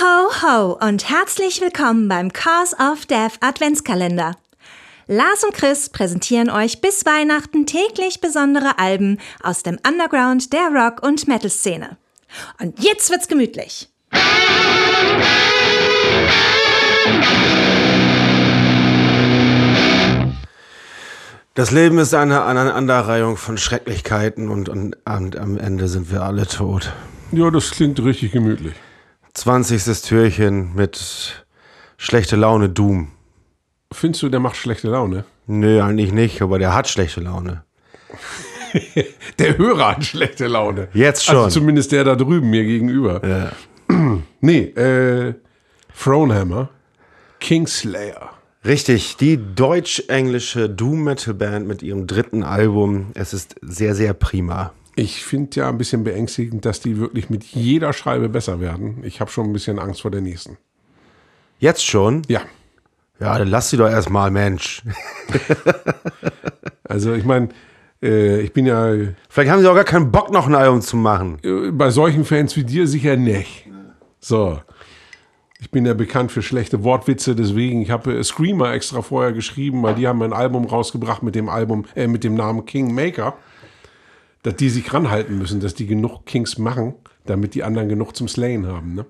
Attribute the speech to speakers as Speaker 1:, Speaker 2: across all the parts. Speaker 1: Ho und herzlich willkommen beim Cause of Death Adventskalender. Lars und Chris präsentieren euch bis Weihnachten täglich besondere Alben aus dem Underground der Rock- und Metal-Szene. Und jetzt wird's gemütlich.
Speaker 2: Das Leben ist eine Aneinanderreihung von Schrecklichkeiten und, und am, am Ende sind wir alle tot.
Speaker 3: Ja, das klingt richtig gemütlich.
Speaker 2: 20. Türchen mit schlechte Laune Doom.
Speaker 3: Findest du, der macht schlechte Laune?
Speaker 2: Nö, eigentlich nicht, aber der hat schlechte Laune.
Speaker 3: Der Hörer hat schlechte Laune.
Speaker 2: Jetzt schon.
Speaker 3: Also zumindest der da drüben mir gegenüber.
Speaker 2: Ja.
Speaker 3: Nee, äh, Thronehammer, Kingslayer.
Speaker 2: Richtig, die deutsch-englische Doom-Metal-Band mit ihrem dritten Album. Es ist sehr, sehr prima.
Speaker 3: Ich finde ja ein bisschen beängstigend, dass die wirklich mit jeder Scheibe besser werden. Ich habe schon ein bisschen Angst vor der nächsten.
Speaker 2: Jetzt schon?
Speaker 3: Ja.
Speaker 2: Ja, dann lass sie doch erstmal, Mensch.
Speaker 3: Also ich meine, äh, ich bin ja äh,
Speaker 2: Vielleicht haben sie auch gar keinen Bock, noch ein Album zu machen.
Speaker 3: bei solchen Fans wie dir sicher nicht. So. Ich bin ja bekannt für schlechte Wortwitze, deswegen ich habe äh, Screamer extra vorher geschrieben, weil die haben ein Album rausgebracht mit dem Album äh, mit dem Namen Kingmaker, dass die sich ranhalten müssen, dass die genug Kings machen, damit die anderen genug zum Slayen haben, ne?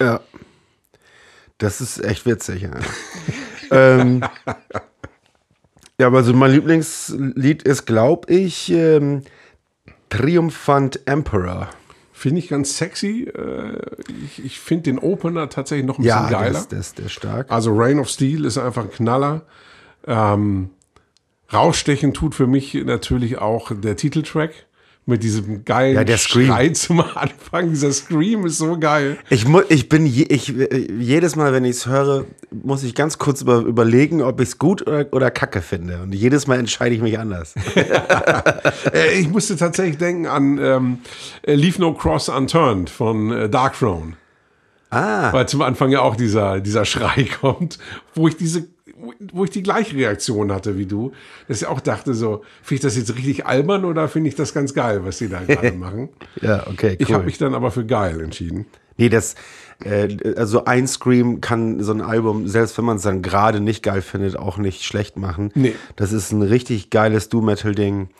Speaker 2: Ja. Das ist echt witzig. Ja, ähm, ja aber so mein Lieblingslied ist, glaube ich, ähm, Triumphant Emperor.
Speaker 3: Finde ich ganz sexy. Äh, ich ich finde den Opener tatsächlich noch ein
Speaker 2: Ja,
Speaker 3: bisschen geiler.
Speaker 2: das, das, der ist stark.
Speaker 3: Also Rain of Steel ist einfach ein Knaller. Ähm, rausstechen tut für mich natürlich auch der Titeltrack mit diesem geilen
Speaker 2: Ja, der Scream.
Speaker 3: Schrei zum Anfang. Dieser Scream ist so geil.
Speaker 2: Ich, mu- ich bin je, ich, äh, jedes Mal, wenn ich es höre, muss ich ganz kurz über, überlegen, ob ich es gut oder, oder kacke finde. Und jedes Mal entscheide ich mich anders.
Speaker 3: Äh, ich musste tatsächlich denken an ähm, äh, Leave No Cross Unturned von äh, Dark Throne. Ah. Weil zum Anfang ja auch dieser, dieser Schrei kommt, wo ich diese wo ich die gleiche Reaktion hatte wie du, dass ich auch dachte so, finde ich das jetzt richtig albern oder finde ich das ganz geil, was die da gerade machen?
Speaker 2: Ja, okay,
Speaker 3: Ich habe
Speaker 2: cool.
Speaker 3: mich dann aber für geil entschieden.
Speaker 2: nee, das, äh, also ein Scream kann so ein Album, selbst wenn man es dann gerade nicht geil findet, auch nicht schlecht machen.
Speaker 3: Nee.
Speaker 2: Das ist ein richtig geiles Doom-Metal-Ding.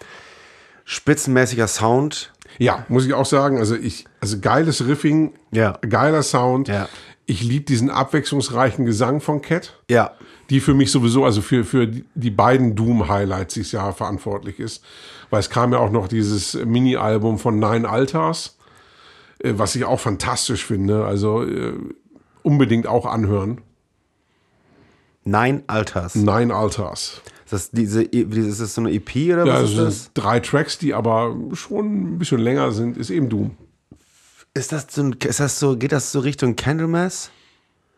Speaker 2: Spitzenmäßiger Sound.
Speaker 3: Ja, muss ich auch sagen. Also ich, also geiles Riffing,
Speaker 2: Ja.
Speaker 3: geiler Sound.
Speaker 2: Ja.
Speaker 3: Ich liebe diesen abwechslungsreichen Gesang von Cat,
Speaker 2: Ja.
Speaker 3: die für mich sowieso, also für, für die- die beiden Doom-Highlights dieses Jahr verantwortlich ist. Weil es kam ja auch noch dieses Mini-Album von Nine Altars, äh, was ich auch fantastisch finde. Also äh, unbedingt auch anhören.
Speaker 2: Nein, Alters.
Speaker 3: Nine Altars.
Speaker 2: Ist das, diese, E- wie- ist das so eine EP oder
Speaker 3: Ja,
Speaker 2: was
Speaker 3: das
Speaker 2: ist das?
Speaker 3: sind drei Tracks, die aber schon ein bisschen länger sind, ist eben Doom.
Speaker 2: Ist das so, ein, ist das so geht das so Richtung Candlemass?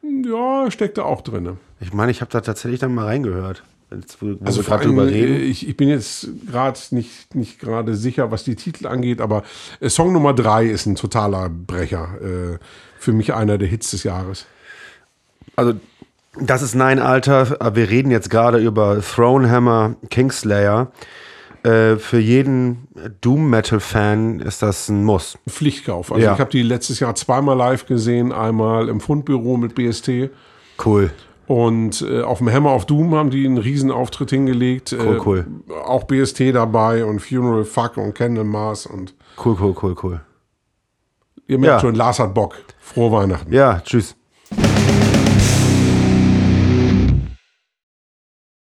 Speaker 3: Ja, steckt da auch drinne.
Speaker 2: Ich meine, ich habe da tatsächlich dann mal reingehört. Jetzt, wo wo
Speaker 3: Also
Speaker 2: wir
Speaker 3: vor
Speaker 2: gerade
Speaker 3: allem,
Speaker 2: drüber
Speaker 3: äh,
Speaker 2: reden.
Speaker 3: ich, ich bin jetzt gerade nicht, nicht gerade sicher, was die Titel angeht, aber äh, Song Nummer 3 ist ein totaler Brecher. Äh, für mich einer der Hits des Jahres.
Speaker 2: Also, das ist Nein Alter. aber Wir reden jetzt gerade über Thronehammer, Kingslayer. Äh, für jeden Doom-Metal-Fan ist das ein Muss.
Speaker 3: Pflichtkauf. Also
Speaker 2: Ja.
Speaker 3: ich habe die letztes Jahr zweimal live gesehen, einmal im Fundbüro mit BST
Speaker 2: Cool.
Speaker 3: und äh, auf dem Hammer of Doom haben die einen Riesenauftritt hingelegt. äh,
Speaker 2: Cool, cool.
Speaker 3: Auch BST dabei und Funeral Fuck und Candle Mars und
Speaker 2: Cool, cool, cool, cool.
Speaker 3: ihr merkt
Speaker 2: Ja.
Speaker 3: schon, Lars hat Bock. Frohe Weihnachten.
Speaker 2: Ja, tschüss.